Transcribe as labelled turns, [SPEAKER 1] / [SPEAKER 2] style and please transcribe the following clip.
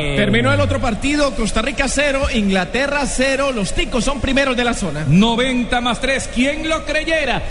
[SPEAKER 1] Terminó el otro partido, Costa Rica 0, Inglaterra 0, los ticos son primeros de la zona.
[SPEAKER 2] 90 más 3, ¿quién lo creyera?